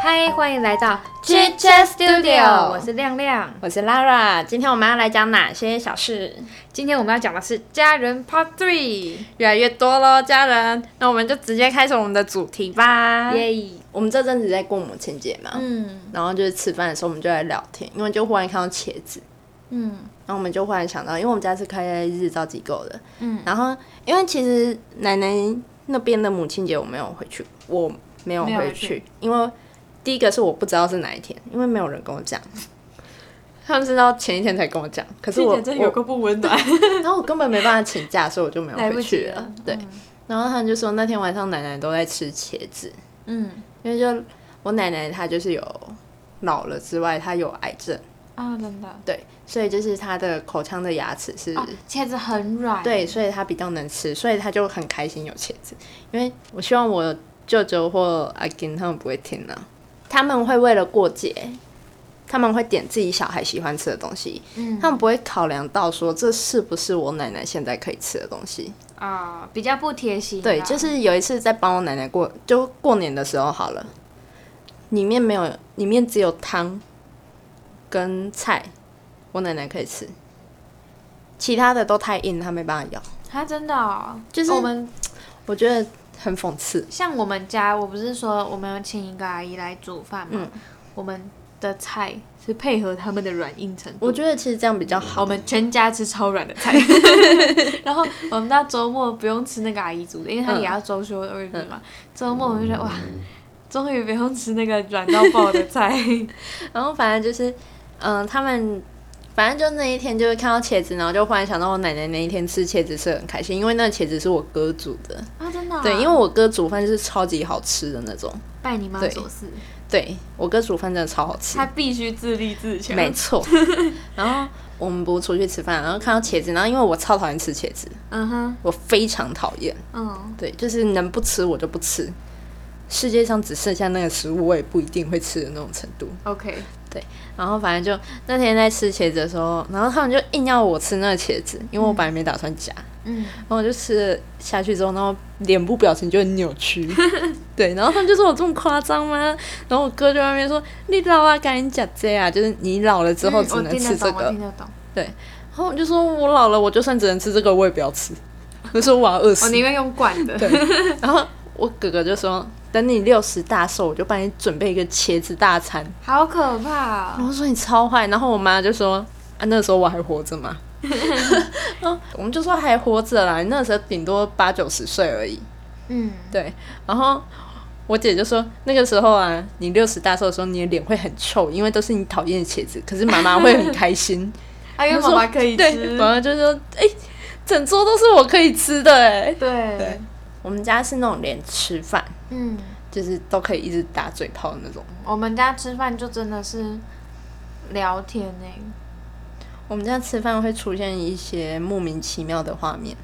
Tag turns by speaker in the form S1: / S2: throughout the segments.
S1: 嗨，欢迎来到
S2: Chit
S1: Chat
S2: Chat Studio
S1: 我是亮亮。
S2: 我是 Lara，今天我们要来讲哪些小事？
S1: 今天我们要讲的是家人 Part Three，
S2: 越来越多喽，家人。那我们就直接开始我们的主题吧。
S1: 耶！
S2: 我们这阵子在过母亲节嘛，
S1: 嗯
S2: 然后就是吃饭的时候我们就在聊天，因为就忽然看到茄子，
S1: 嗯
S2: 然后我们就忽然想到，因为我们家是开日照机构的，
S1: 嗯，
S2: 然后因为其实奶奶那边的母亲节我没有回去，我没有
S1: 没有
S2: 回
S1: 回
S2: 去
S1: 去，
S2: 因为第一个是我不知道是哪一天，因为没有人跟我讲。他们是到前一天才跟我讲，可是我我
S1: 个不温暖，
S2: 然后我根本没办法请假，所以我就没
S1: 来
S2: 有
S1: 不
S2: 回
S1: 及
S2: 去
S1: 了
S2: 了。对，然后他们就说那天晚上奶奶都在吃茄子，
S1: 嗯
S2: 因为就我奶奶她就是有老了之外，她有癌症，
S1: 啊，真的
S2: 对，所以就是她的口腔的牙齿是。
S1: 啊，茄子很软，，
S2: 对，所以她比较能吃，所以她就很开心有茄子。因为我希望我舅舅或阿金他们不会听啊，他们会为了过节，他们会点自己小孩喜欢吃的东西，
S1: 嗯
S2: 他们不会考量到说这是不是我奶奶现在可以吃的东西。
S1: 啊，比较不贴心啊，
S2: 对，就是有一次在帮我奶奶过，就过年的时候好了，里面没有，里面只有汤跟菜，我奶奶可以吃，其他的都太硬，她没办法咬。
S1: 它真的哦，
S2: 就是
S1: 我们
S2: 我觉得很讽刺，
S1: 像我们家，我不是说我们有请一个阿姨来煮饭嘛，
S2: 嗯
S1: 我们的菜是配合他们的软硬程度。
S2: 我觉得其实这样比较
S1: 我
S2: 好。
S1: 们全家吃超软的 菜，然后我们到周末不用吃那个阿姨煮的，因为她也要周休二日嘛。周末我们就觉得哇，
S2: 嗯
S1: 终于不用吃那个软到爆的菜。
S2: 然后反正就是，嗯、他们。反正就那一天，就会看到茄子，然后就忽然想到我奶奶那一天吃茄子吃的很开心，因为那个茄子是我哥煮的，
S1: 啊，真的啊、
S2: 对，因为我哥煮饭是超级好吃的那种，
S1: 拜你妈
S2: 对
S1: 所赐，
S2: 对我哥煮饭真的超好吃
S1: 她，必须自立自强。
S2: 没错。然后我们不是出去吃饭，然后看到茄子，然后因为我超讨厌吃茄子，
S1: 嗯哼，
S2: 我非常讨厌，
S1: 嗯，
S2: 对，就是能不吃我就不吃。世界上只剩下那个食物，我也不一定会吃的那种程度。
S1: ，OK，
S2: 然后反正就那天在吃茄子的时候，然后他们就硬要我吃那个茄子，因为我本来没打算夹，
S1: 嗯，
S2: 然后我就吃了下去之后，然后脸部表情就很扭 曲，对，然后他们就说我这么夸张吗？然后我哥就在那边说你老啊，赶紧夹这啊，就是你老了之后
S1: 嗯
S2: 只
S1: 我
S2: 能
S1: 听得
S2: 吃这
S1: 懂我
S2: 个
S1: 听。得懂。
S2: 然后我就说，我老了，我就算只能吃这个，我也不要吃。我说我要饿
S1: 我
S2: 死。
S1: 宁愿用管的。
S2: 然后我哥哥就说，等你六十大寿，我就帮你准备一个茄子大餐。
S1: 好可怕、
S2: 然
S1: 哦！
S2: 后说你超坏。然后我妈就说，啊，那时候我还活 着吗？然后我们就说还活着啦，你那时候顶多八九十岁而已。
S1: 嗯，
S2: 对，然后。我姐就说，那个时候啊，你六十大寿的时候，你的脸会很臭，因为都是你讨厌的茄子。可是妈妈会很 开心，
S1: 啊，因为
S2: 我说
S1: 妈妈可以
S2: 对，
S1: 吃，
S2: 妈妈就说，哎、整桌都是我可以吃的、哎，
S1: 对
S2: 对，我们家是那种连吃饭
S1: 嗯，
S2: 就是都可以一直打嘴炮的那种。
S1: 我们家吃饭就真的是聊天欸呢、
S2: 我们家吃饭会出现一些莫名其妙的画面，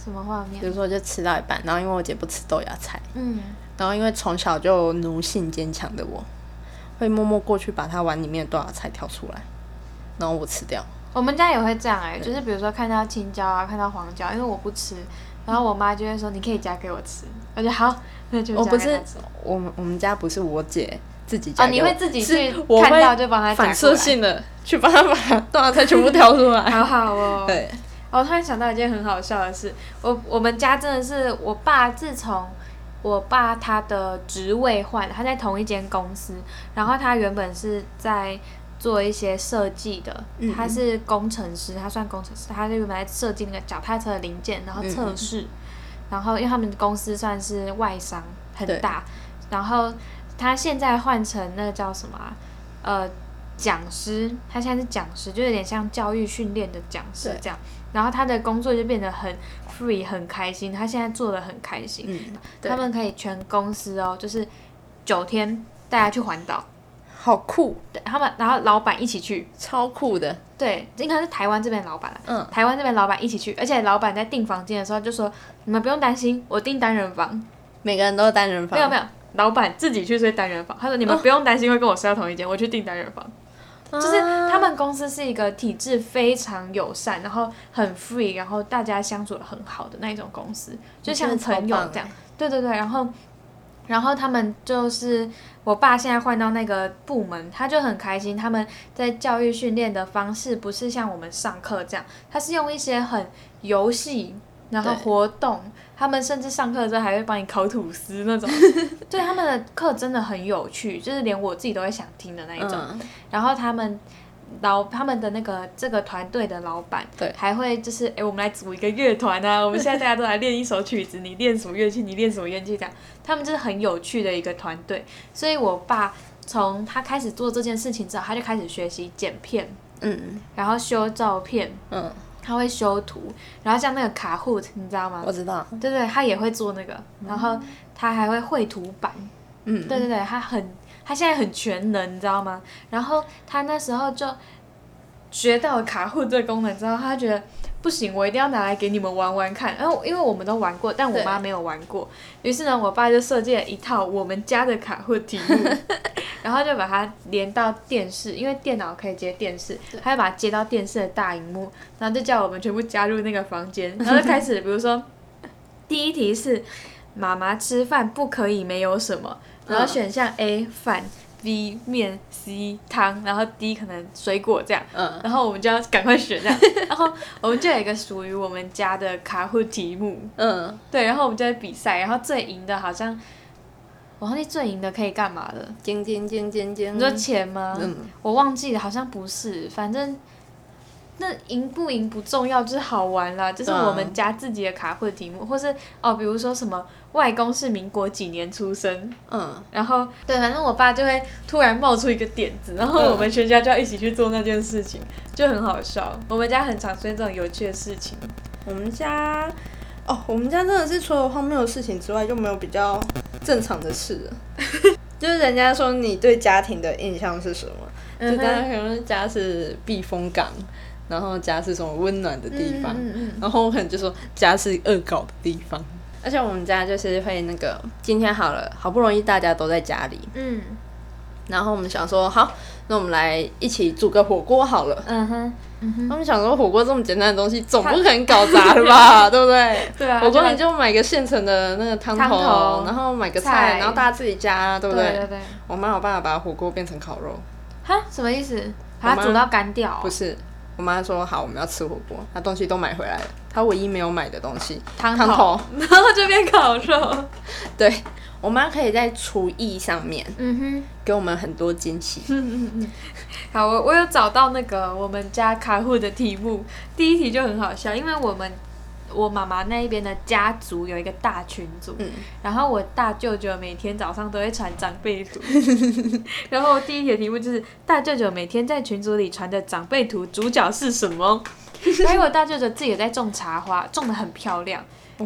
S1: 什么画
S2: 比
S1: 面？
S2: 如说就吃到一半，然后因为我姐不吃豆芽菜，
S1: 嗯，
S2: 然后因为从小就奴性坚强的我，会默默过去把她碗里面的豆芽菜挑出来，然后我吃掉。
S1: 我们家也会这样哎、就是比如说看到青椒啊，看到黄椒，因为我不吃，然后我妈就会说你可以夹给我吃，我就好，那就夹
S2: 哦我不
S1: 给
S2: 是
S1: 她吃
S2: 我们我们家不是我姐自己
S1: 哦，
S2: 夹给
S1: 你
S2: 我
S1: 会自己
S2: 是
S1: 去
S2: 我
S1: 看
S2: 会
S1: 到就帮她夹
S2: 反
S1: 过
S2: 射
S1: 来，
S2: 性的去帮她把豆芽菜全部挑 出来。
S1: 好好哦。
S2: 对，
S1: 哦，我突然想到一件很好笑的事，我我们家真的是我爸，自从我爸他的职位换，他在同一间公司，然后他原本是在做一些设计的，
S2: 嗯
S1: 他是工程师，他算工程师，他就原本在设计那个脚踏车的零件，然后
S2: 嗯
S1: 测试，然后因为他们公司算是外商很
S2: 对
S1: 大，然后他现在换成那个叫什么、啊，呃。讲师，他现在是讲师，就有点像教育训练的讲师
S2: 对
S1: 这样。然后他的工作就变得很 free，很开心。他现在做的很开心，
S2: 嗯，对
S1: 他们可以全公司哦，就是九天带他去环岛，
S2: 好酷，
S1: 对他们然后老板一起去，
S2: 超酷的。
S1: 对，应该是台湾这边的老板啦
S2: 嗯，
S1: 台湾这边老板一起去，而且老板在订房间的时候就说：“你们不用担心，我订单人房。
S2: 每个人都是单人”房，
S1: 没有没有，老板自己去睡单人房。他说：“你们不用担心会跟我睡到同一间，我去订单人房。”
S2: 就
S1: 就是他们公司是一个体制非常友善，然后很 free，然后大家相处的很好的那一种公司，就像朋友这样。对对对，然后然后他们就是我爸现在换到那个部门，他就很开心。他们在教育训练的方式不是像我们上课这样，他是用一些很游戏，然后
S2: 对
S1: 活动。他们甚至上课之后还会帮你烤吐司那种，对他们的课真的很有趣，就是连我自己都会想听的那一种。
S2: 嗯，
S1: 然后他们老他们的那个这个团队的老板，
S2: 对
S1: 还会就是哎，诶我们来组一个乐团啊，我们现在大家都来练一首曲子，你练什么乐器，你练什么乐器，这样，他们就是很有趣的一个团队。所以我爸从他开始做这件事情之后，他就开始学习剪片，
S2: 嗯
S1: 然后修照片，
S2: 嗯，
S1: 他会修图，然后像那个卡 h o t 你知道吗
S2: 我？知道，
S1: 对对，他也会做那个，然后他还会绘图板，
S2: 嗯，
S1: 对对对，他很，他现在很全能，你知道吗？然后他那时候就学到了卡户这个功能之后，他觉得不行，我一定要拿来给你们玩玩看。然后因为我们都玩过，但我
S2: 对
S1: 妈没有玩过，于是呢，我爸就设计了一套我们家的卡户题 目，然后就把它连到电视，因为电脑可以接电视，他就把它接到电视的大荧幕，然后就叫我们全部加入那个房间， 然后就开始，比如说第一题是妈妈吃饭不可以没有什么，然后
S2: 嗯
S1: 选项 A 饭，B 面，C 汤，然后 D 可能水果这样，
S2: 嗯，
S1: 然后我们就要赶快选 这样，然后我们就有一个属于我们家的卡户题目，
S2: 嗯，
S1: 对，然后我们就会比赛，然后最赢的好像我忘记最赢的可以干嘛了，
S2: 尖尖尖尖尖，
S1: 你说钱吗？
S2: 嗯，
S1: 我忘记了，好像不是，反正那赢不赢不重要，就是好玩啦，就是
S2: 对啊
S1: 我们家自己的卡或题目，或是哦，比如说什么外公是民国几年出生，
S2: 嗯，
S1: 然后对，反正我爸就会突然冒出一个点子，然后
S2: 嗯
S1: 我们全家就要一起去做那件事情，就很好笑。我们家很常出现这种有趣的事情，
S2: 我们家，哦，我们家真的是除了荒谬的事情之外，就没有比较正常的事了。 就是人家说你对家庭的印象是什么？就大家可能家是避风港，然后家是什么温暖的地方，
S1: 嗯嗯嗯嗯
S2: 然后我可能就说家是恶搞的地方。而且我们家就是会那个，今天好了，好不容易大家都在家里，
S1: 嗯
S2: 然后我们想说，好，那我们来一起煮个火锅好了。
S1: 嗯哼，
S2: 他们想说火锅这么简单的东西，总不可能搞砸了 吧，对不对？
S1: 对啊，
S2: 火锅你
S1: 就
S2: 就买个现成的那个汤
S1: 汤头
S2: 然后买个
S1: 菜
S2: 菜，然后大家自己加，对
S1: 对
S2: 不对？
S1: 对对，哦
S2: 我妈我爸把火锅变成烤肉，
S1: 哈，什么意思？把它
S2: 我妈
S1: 煮到干掉哦、
S2: 不是。我妈说好，我们要吃火锅，她东西都买回来了，她唯一没有买的东西
S1: 汤
S2: 汤
S1: 头
S2: 头。
S1: 然后就变烤肉。
S2: 对我妈可以在厨艺上面
S1: 嗯哼。
S2: 给我们很多惊喜。
S1: 好，我我有找到那个我们家卡户的题目，第一题就很好笑，因为我们我妈妈那一边的家族有一个大群组，
S2: 嗯
S1: 然后我大舅舅每天早上都会传长辈图， 然后第一题的题目就是大舅舅每天在群组里传的长辈图主角是什么？ 还有我大舅舅自己也在种茶花，种的很漂亮，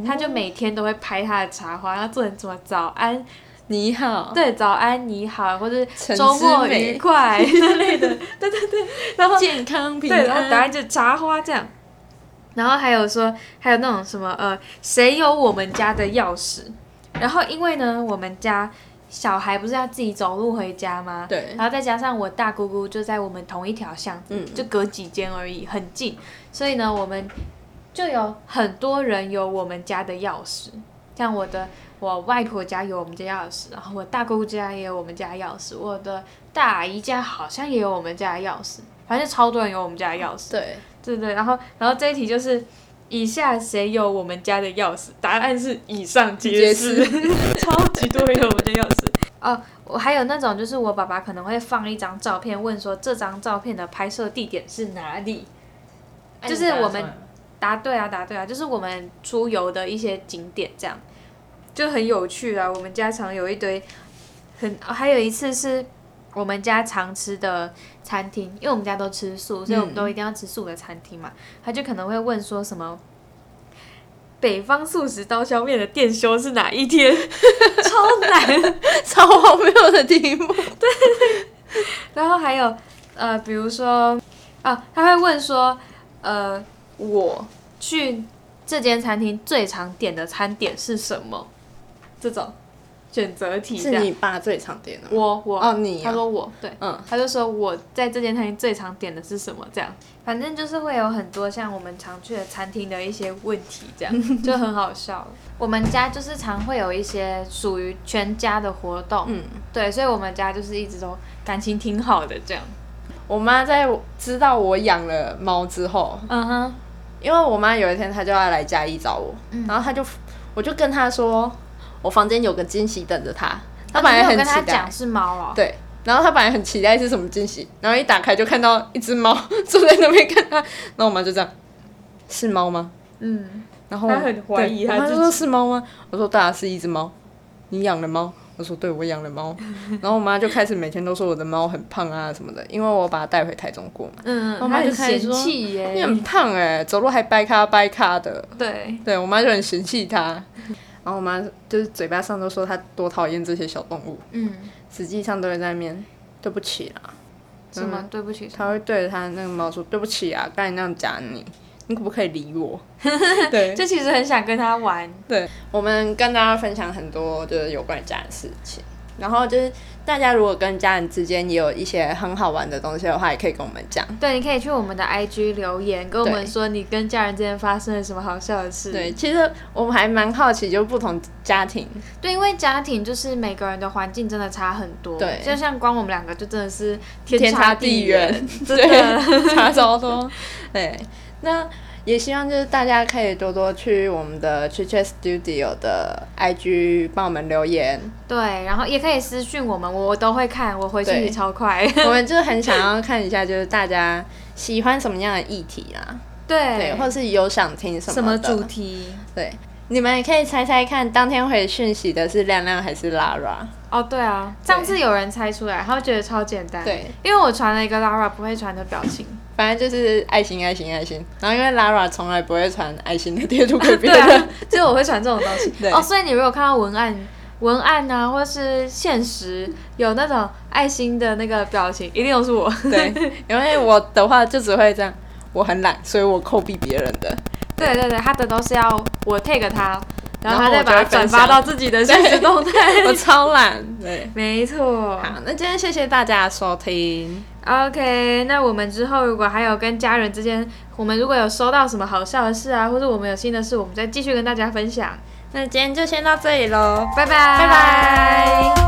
S1: 他嗯就每天都会拍他的茶花，然后做成什么早安
S2: 你好，
S1: 对，早安你好，或者
S2: 陈
S1: 周
S2: 之
S1: 末
S2: 美
S1: 愉 快之类的，对对对，然后
S2: 健康平
S1: 对，然后答
S2: 安。
S1: 案就茶花这样，然后还有说还有那种什么呃，谁有我们家的钥匙？然后因为呢，我们家小孩不是要自己走路回家吗？
S2: 对
S1: 然后再加上我大姑姑就在我们同一条巷子，
S2: 嗯
S1: 就隔几间而已，很近，所以呢，我们就有很多人有我们家的钥匙，像我的我外婆家有我们家钥匙，然后我大姑姑家也有我们家钥匙，我的大阿姨家好像也有我们家的钥匙，反正超多人有我们家的钥匙，
S2: 对，
S1: 对对，然后然后这一题就是。以下谁有我们家的钥匙？答案是以上皆
S2: 皆
S1: 是， 超级多人有我们家钥匙。哦，我还有那种就是我爸爸可能会放一张照片，问说这张照片的拍摄地点是哪里？就是我们答对啊，答对啊，就是我们出游的一些景点，这样就很有趣啊。我们家常有一堆很，哦还有一次是我们家常吃的餐厅，因为我们家都吃素，所以我们
S2: 嗯
S1: 都一定要吃素的餐厅嘛。他就可能会问说什么。北方素食刀削面的店休是哪一天？超难。
S2: 超荒谬的题 目。
S1: 然后还有呃，比如说啊，他会问说，呃，我去这间餐厅最常点的餐点是什么？这种，选择题这
S2: 是
S1: 样。
S2: 你爸最常点的吗？
S1: 我我
S2: 哦你啊
S1: 他说我对，
S2: 嗯，
S1: 他就说我在这间餐厅最常点的是什么这样，反正就是会有很多像我们常去的餐厅的一些问题这 样，就很好笑了。我们家就是常会有一些属于全家的活动，
S2: 嗯，
S1: 对，所以我们家就是一直都感情挺好的这样。
S2: 我妈在知道我养了猫之后，
S1: 嗯哼，
S2: 因为我妈有一天她就要来嘉义找我，
S1: 嗯
S2: 然后她就我就跟她说，我房间有个惊喜等着她，她
S1: 啊
S2: 本来
S1: 你有
S2: 很
S1: 跟他
S2: 期待，
S1: 讲是猫哦，
S2: 对，然后她本来很期待是什么惊喜，然后一打开就看到一只猫 坐在那边看她，然后我妈就这样，是猫吗？
S1: 嗯，
S2: 然后我
S1: 她很怀疑
S2: 对我
S1: 她
S2: 妈
S1: 自
S2: 就
S1: 己
S2: 说是猫吗？我说对啊，是一只猫，你养了猫。我说对，我养 了猫，然后我妈就开始每天都说我的猫很胖啊什么的，因为我把它带回台中过嘛，
S1: 嗯，
S2: 我
S1: 他
S2: 妈就
S1: 很
S2: 开始
S1: 嫌
S2: 说
S1: 弃耶、
S2: 你很胖哎、走路还掰咖掰咖的，
S1: 对，
S2: 对我妈就很嫌弃它，然后我妈就是嘴巴上都说她多讨厌这些小动物，
S1: 嗯，
S2: 实际上都会在那边对不起啦，
S1: 什么、对不起，
S2: 她会对着她那个猫说对不起啊，刚才那样讲你，你可不可以理 我？对，
S1: 就其实很想跟他玩，
S2: 对，我们跟大家分享很多就是有关于家人的事情，然后就是大家如果跟家人之间也有一些很好玩的东西的话，也可以跟我们讲。
S1: 对，你可以去我们的 IG 留言，跟我们说你跟家人之间发生了什么好笑的事。
S2: 对，其实我们还蛮好奇，就不同家庭，
S1: 对，因为家庭就是每个人的环境真的差很多。
S2: 对
S1: 就像光我们两个就真的是
S2: 天
S1: 差
S2: 差地
S1: 远，
S2: 远，
S1: 真的。
S2: 对， 差超多。对，那也希望就是大家可以多多去我们的 c h c h Studio 的 IG 帮我们留言，
S1: 对，然后也可以私讯我们，我都会看，我回去
S2: 对
S1: 也超快。
S2: 我们就是很想要看一下，就是大家喜欢什么样的议题啦，对，
S1: 对，
S2: 或者是有想听什
S1: 什么
S2: 么的
S1: 主题？
S2: 对，你们也可以猜猜看，当天回讯息的是亮亮还是 Lara？
S1: 哦，对啊，上次有人猜出来，他会觉得超简单。
S2: 对，
S1: 因为我传了一个 Lara 不会传的表情。
S2: 反正就是爱心爱心爱心。然后因为 Lara 从来不会传爱心的贴 图给别
S1: 对
S2: 人，
S1: 啊，就是我会传这种东西。
S2: 对
S1: 哦，所以你如果看到文案、文案啊，或是现实有那种爱心的那个表情，一定都是我。
S2: 对因为我的话就只会这样，我很懒，所以我扣避别人的。
S1: 对对对，他的都是要我 take 他，然后他再
S2: 然后我就会
S1: 把它
S2: 分
S1: 转
S2: 享
S1: 发到自己的现实动
S2: 我
S1: 态。
S2: 超懒，对。
S1: 没错。
S2: 好，那今天谢谢大家的收听，
S1: OK，那我们之后如果还有跟家人之间，我们如果有收到什么好笑的事啊，或者我们有新的事，我们再继续跟大家分享。
S2: 那今天就先到这里喽，
S1: 拜拜，
S2: 拜拜。